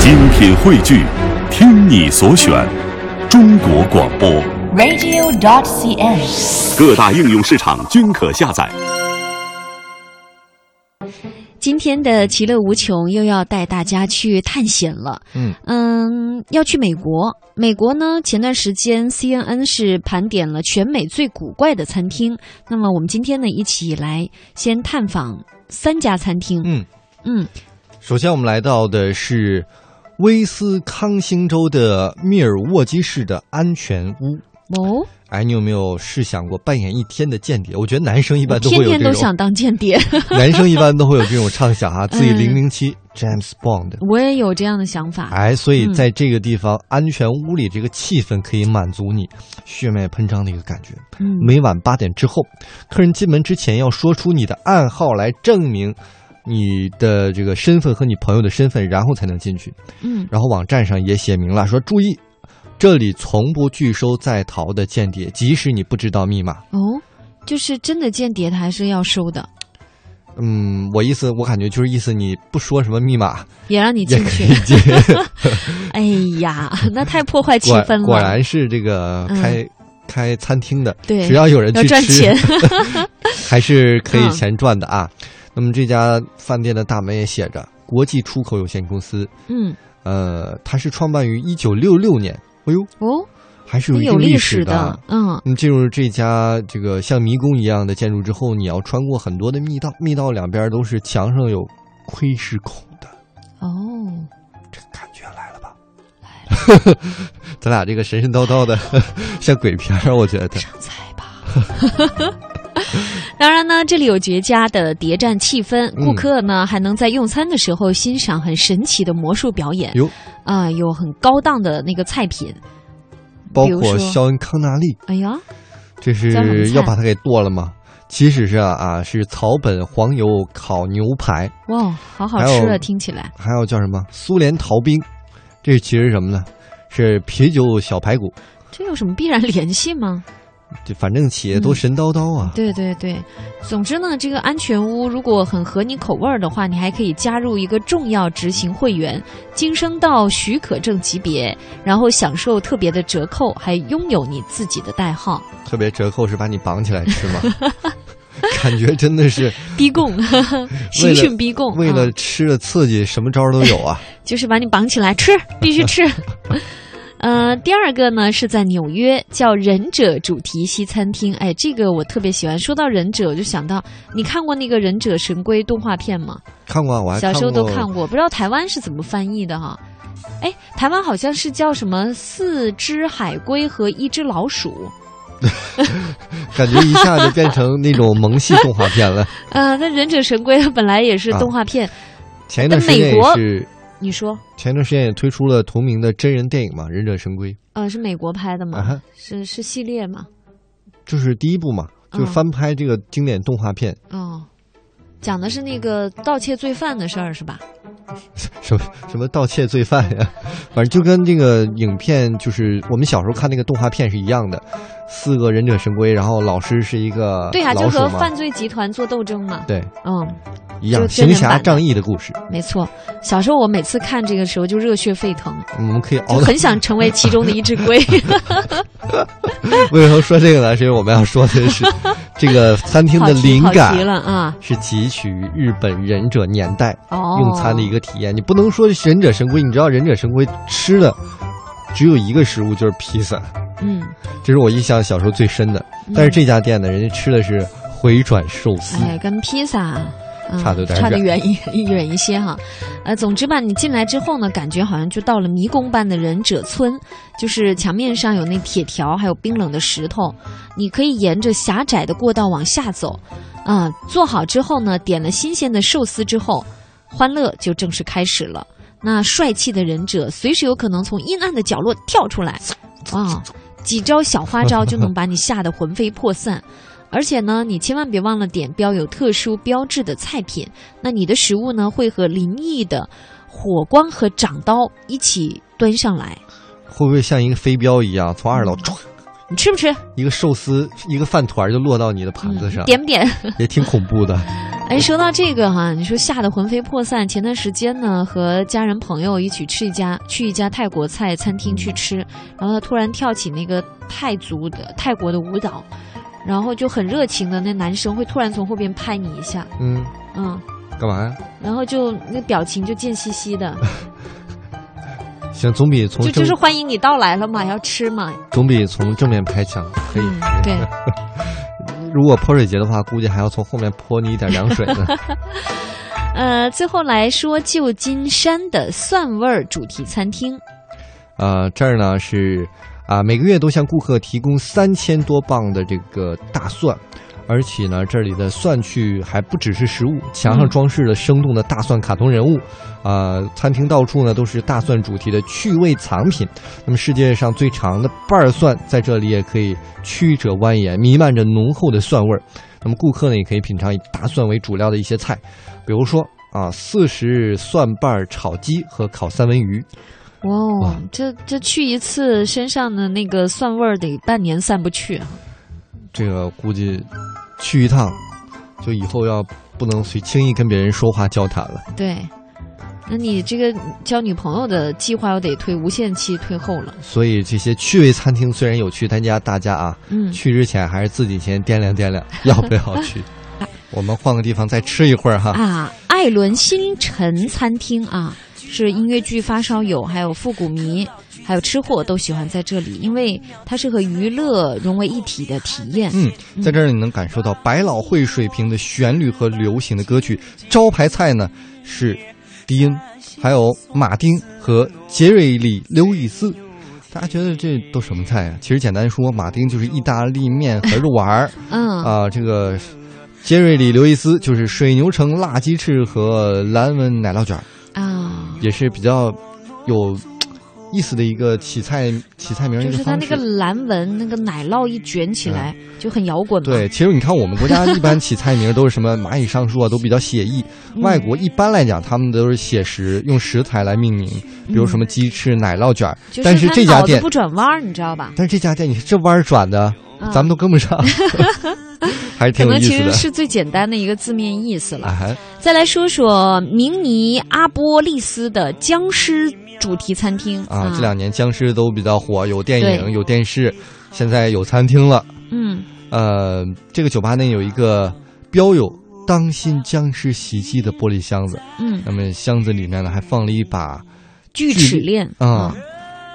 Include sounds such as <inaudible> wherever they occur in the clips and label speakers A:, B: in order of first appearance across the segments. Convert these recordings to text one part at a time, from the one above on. A: 精品汇聚，听你所选，中国广播。
B: radio.cn。
A: 各大应用市场均可下载。
B: 今天的其乐无穷又要带大家去探险了。
C: 嗯
B: 嗯，要去美国。美国呢，前段时间 CNN 是盘点了全美最古怪的餐厅。那么我们今天呢，一起来先探访三家餐厅。
C: 嗯
B: 嗯，
C: 首先我们来到的是威斯康星州的密尔沃基市的安全屋。
B: 哦，
C: 哎，你有没有试想过扮演一天的间谍？我觉得男生一般都会
B: 天
C: 有
B: 天
C: 这
B: 都
C: 种
B: 想， <laughs> 当间谍，
C: <laughs> 男生一般都会有这种畅想哈、自己
B: 嗯
C: 零零七 James Bond。
B: 我也有这样的想法。
C: 哎，所以
B: 嗯
C: 在这个地方，安全屋里这个气氛可以满足你血脉喷张的一个感觉。
B: 嗯，
C: 每晚八点之后，客人进门之前要说出你的暗号来证明你的这个身份和你朋友的身份，然后才能进去。
B: 嗯
C: 然后网站上也写明了，说注意，这里从不拒收在逃的间谍，即使你不知道密码。
B: 哦，就是真的间谍，他还是要收的，
C: 嗯，我意思，我感觉就是意思，你不说什么密码
B: 也让你
C: 也
B: 进
C: 可
B: 去
C: 以。进。
B: <laughs> 哎呀，那太破坏气
C: 果
B: 氛了。
C: 果然是这个
B: 嗯
C: 开、开餐厅的，
B: 对
C: 只要有人
B: 要
C: 去
B: 赚
C: 吃
B: 钱，
C: <laughs> 还是可以
B: 嗯
C: 钱赚的啊。那么这家饭店的大门也写着“国际出口有限公司
B: 嗯”，
C: 呃，它是创办于一九六六年，哎呦，
B: 哦，
C: 还是有一
B: 有
C: 定
B: 历
C: 史的啊
B: 的。，嗯，
C: 你进入这家这个像迷宫一样的建筑之后，你要穿过很多的密道，密道两边都是墙上有窥视孔的，
B: 哦，
C: 这个感觉来了吧？来了，咱俩这个神神叨叨的， <laughs> 像鬼片儿，我觉得。
B: 上菜吧。 <laughs> 当然呢，这里有绝佳的谍战气氛，
C: 嗯
B: 顾客呢还能在用餐的时候欣赏很神奇的魔术表演
C: 哟，
B: 啊、有很高档的那个菜品。
C: 包
B: 比如
C: 括
B: 说
C: 肖恩·康纳利，
B: 哎呀，
C: 这
B: 叫什么
C: 是
B: 菜
C: 要把他给剁了吗？其实是啊啊，是草本黄油烤牛排，
B: 哇，好好
C: 还有
B: 吃啊，听起来。
C: 还有叫什么苏联逃兵，这其实是什么呢？是啤酒小排骨，
B: 这有什么必然联系吗？
C: 就反正企业都
B: 嗯
C: 神叨叨啊。
B: 对对对，总之呢，这个安全屋如果很合你口味儿的话，你还可以加入一个重要执行会员，晋升到许可证级别，然后享受特别的折扣，还拥有你自己的代号，
C: 特别折扣是把你绑起来吃吗？ <laughs> 感觉真的是
B: 逼供， <laughs> 刑讯逼供，
C: 为了
B: 啊、
C: 吃的刺激，什么招儿都有
B: <laughs>
C: 啊。
B: 就是把你绑起来吃，必须吃。 <laughs> 呃，第二个呢是在纽约，叫忍者主题西餐厅。哎，这个我特别喜欢。说到忍者，我就想到你看过那个《忍者神龟》动画片吗？
C: 看过啊，我还
B: 小时候都看
C: 过。
B: 过，不知道台湾是怎么翻译的哈。哎，台湾好像是叫什么四只海龟和一只老鼠，
C: <laughs> 感觉一下就变成那种萌系动画
B: <laughs>
C: 片了。
B: 呃，那忍者神龟本来也是
C: 啊
B: 动画片，
C: 前一段时
B: 那美
C: 间也
B: 国
C: 是，
B: 你说，
C: 前一段时间也推出了同名的真人电影嘛，《忍者神龟》
B: 呃，是美国拍的吗？
C: 啊哈，
B: 是是系列吗？
C: 就是第一部嘛，就是
B: 嗯
C: 翻拍这个经典动画片， <laughs>
B: 哦，讲的是那个盗窃罪犯的事儿是吧？
C: 啊什么什么盗窃罪犯呀， <laughs> 反正就跟这个影片就是我们小时候看那个动画片是一样的，四个忍者神龟，然后老师是一个
B: 对啊，就
C: 老鼠
B: 和
C: 嘛
B: 犯，罪集团做斗争嘛。
C: 对，
B: 嗯，
C: 一样
B: 就真
C: 行
B: 人
C: 侠
B: 版的
C: 仗义的故事，
B: 没错。小时候我每次看这个时候就热血沸腾，
C: 嗯我们可以
B: 就
C: 熬到。
B: 很想成为其中的一只
C: <laughs>
B: 龟。 <laughs>
C: 为什么说这个呢？是因为我们要说的
B: <laughs>
C: 是这个餐厅
B: 好
C: 的
B: 极
C: 灵
B: 好极
C: 感
B: 了啊！
C: 是汲取于日本忍者年代
B: 哦，
C: 用餐的一个体验。你不能说忍者神龟，你知道忍者神龟吃的只有一个食物就是披萨，
B: 嗯，
C: 这是我印象小时候最深的。但是这家店呢，人家吃的是回转寿司，
B: 哎，跟披萨。嗯、
C: 差得有点
B: 差得
C: 远
B: 远一 <laughs> 远一些哈，呃，总之吧，你进来之后呢，感觉好像就到了迷宫般的忍者村，就是墙面上有那铁条，还有冰冷的石头，你可以沿着狭窄的过道往下走，啊、做好之后呢，点了新鲜的寿司之后，欢乐就正式开始了。那帅气的忍者随时有可能从阴暗的角落跳出来，啊，几招小花招就能把你吓得魂飞魄散。而且呢，你千万别忘了点标有特殊标志的菜品，那你的食物呢会和灵异的火光和掌刀一起端上来。
C: 会不会像一个飞镖一样从二楼唰
B: 嗯你吃不吃？
C: 一个寿司一个饭团就落到你的盘子
B: 嗯
C: 上，
B: 点不点？
C: 也挺恐怖的。
B: 哎，说到这个哈、你说吓得魂飞魄散。前段时间呢，和家人朋友一起去一家去一家泰国菜餐厅去吃，然后他突然跳起那个泰族的泰国的舞蹈，然后就很热情的那男生会突然从后边拍你一下，
C: 嗯，
B: 嗯，
C: 干嘛呀？
B: 然后就那表情就贱兮兮的，
C: 行，总比从
B: 就就
C: 正
B: 是欢迎你到来了嘛，要吃嘛，
C: 总比从正面拍强。可以，
B: 嗯，
C: <laughs>
B: 对。
C: 如果泼水节的话，估计还要从后面泼你一点凉水呢。
B: 呃，最后来说旧金山的蒜味儿主题餐厅，
C: 呃，这儿呢是啊、每个月都向顾客提供三千多磅的这个大蒜，而且呢，这里的蒜去还不只是食物，墙上
B: 嗯
C: 装饰了生动的大蒜卡通人物，啊、餐厅到处呢都是大蒜主题的趣味藏品。那么世界上最长的瓣蒜在这里也可以曲折蜿蜒，弥漫着浓厚的蒜味儿。那么顾客呢也可以品尝以大蒜为主料的一些菜，比如说啊，四十蒜瓣儿炒鸡和烤三文鱼。
B: 哇、
C: 哇
B: 哦，这这去一次身上的那个蒜味儿得半年散不去啊。
C: 这个估计去一趟，就以后要不能随轻易跟别人说话交谈了。
B: 对，那你这个交女朋友的计划又得推无限期推后了。
C: 所以这些趣味餐厅虽然有趣，但家大家啊，
B: 嗯，
C: 去之前还是自己先掂量掂量要不要去。我们换个地方再吃一会儿哈。
B: 啊，艾伦星辰餐厅啊，是音乐剧发烧友，还有复古迷，还有吃货都喜欢在这里，因为它是和娱乐融为一体的体验。
C: 嗯，在这儿你能感受到百老汇水平的旋律和流行的歌曲。招牌菜呢是低音，还有马丁和杰瑞里刘易斯。大家觉得这都什么菜呀、其实简单说，马丁就是意大利面和肉丸儿。
B: <laughs> 嗯
C: 啊，这个杰瑞里·刘易斯就是水牛城辣鸡翅和蓝纹奶酪卷儿，
B: 啊，
C: 也是比较有意思的一个起菜起菜名儿
B: 就
C: 一
B: 是它
C: 方
B: 那
C: 式。嗯
B: 个蓝纹那个奶酪一卷起来、就很摇 <laughs> 滚嘛。
C: 对，其实你看，我们国家一般起菜名儿都是
B: <laughs>
C: 什么蚂蚁上树啊，都比较写意。
B: 嗯
C: 外国一般来讲，他们都是写实，用食材来命名，比如什么鸡翅、奶酪卷儿。
B: 嗯就
C: 但
B: 是
C: 是
B: 他
C: 这家
B: 脑子
C: 店，
B: 不转弯儿，你知道吧？
C: 但是这家店，你这弯儿转的，
B: 啊
C: 咱们都跟
B: <laughs>
C: 不上，还
B: 可
C: 是挺有
B: 能
C: 意
B: 其
C: 思
B: 实
C: 的。
B: 是最简单的一个字面意思了。
C: 哎，
B: 再来说说明尼阿波利斯的僵尸主题餐厅
C: 啊，这两年僵尸都比较火，有电影，
B: 对
C: 有电视，现在有餐厅了。
B: 嗯，
C: 呃，这个酒吧内有一个标有“当心僵尸袭击”的玻璃箱子，
B: 嗯，
C: 那么箱子里面呢还放了一把
B: 锯齿链
C: 啊，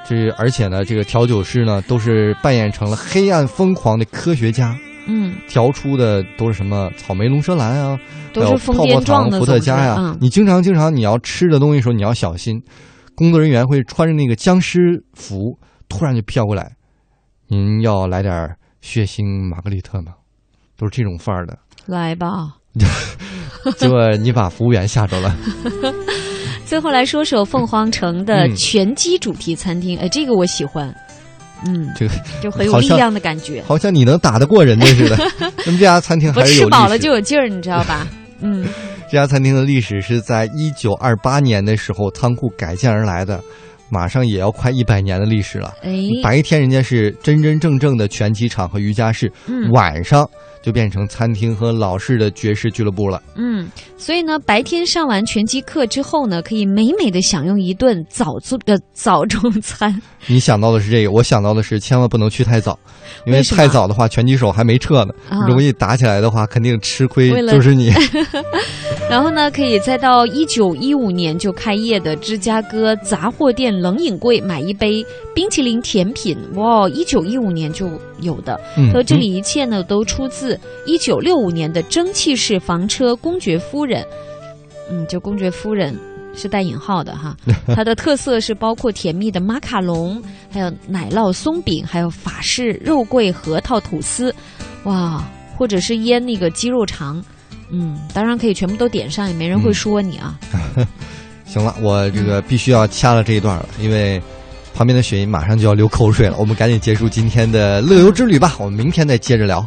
C: 这而且呢，这个调酒师呢都是扮演成了黑暗疯狂的科学家，
B: 嗯，
C: 调出的都是什么草莓龙舌兰啊，
B: 都
C: 还有
B: 是疯
C: 泡泡
B: 癫状
C: 糖、
B: 的
C: 伏特加呀、
B: 总之嗯
C: 你经常经常你要吃的东西的时候，你要小心，工作人员会穿着那个僵尸服突然就飘过来，您要来点儿血腥玛格丽特吗？都是这种范儿的，
B: 来吧。
C: 结果你把服务员吓着了。 <laughs>
B: 最后来说说凤凰城的
C: 嗯
B: 拳击主题餐厅，哎，这个我喜欢，嗯，
C: 这个
B: 就很有
C: 好
B: 力
C: 像
B: 量的感
C: <laughs>
B: 觉。
C: 好像你能打得过人家
B: <laughs>
C: 似的。那么这家餐厅
B: 我
C: 还是有
B: 吃
C: 历
B: 饱了
C: 史
B: 就有劲儿，你知道
C: <laughs>
B: 吧？嗯
C: 这家餐厅的历史是在一九二八年的时候仓库改建而来的，马上也要快一百年的历史了。
B: 哎，
C: 白天人家是真真正正的拳击场和瑜伽室，
B: 嗯
C: 晚上就变成餐厅和老式的爵士俱乐部了。
B: 嗯，所以呢，白天上完拳击课之后呢，可以美美的享用一顿早中呃早中餐。
C: 你想到的是这个，我想到的是千万不能去太早，因为
B: 为什么
C: 太早的话，拳击手还没撤呢，
B: 啊
C: 容易打起来的话，肯定吃亏
B: 为了
C: 就
B: <laughs>
C: 是你。
B: 然后呢，可以再到一九一五年就开业的芝加哥杂货店冷饮柜买一杯冰淇淋甜品，哇，一九一五年就有的。
C: 嗯
B: 说这里一切呢都出自一九六五年的蒸汽式房车公爵夫人，嗯，就公爵夫人是带引号的
C: <laughs>
B: 哈。它的特色是包括甜蜜的马卡龙，还有奶酪松饼，还有法式肉桂核桃吐司，哇，或者是腌那个鸡肉肠。嗯，当然可以全部都点上，也没人
C: 嗯
B: 会说你啊。
C: 行了，我这个必须要掐了这一段了，因为旁边的雪姨马上就要流口水了。我们赶紧结束今天的乐游之旅吧，我们明天再接着聊。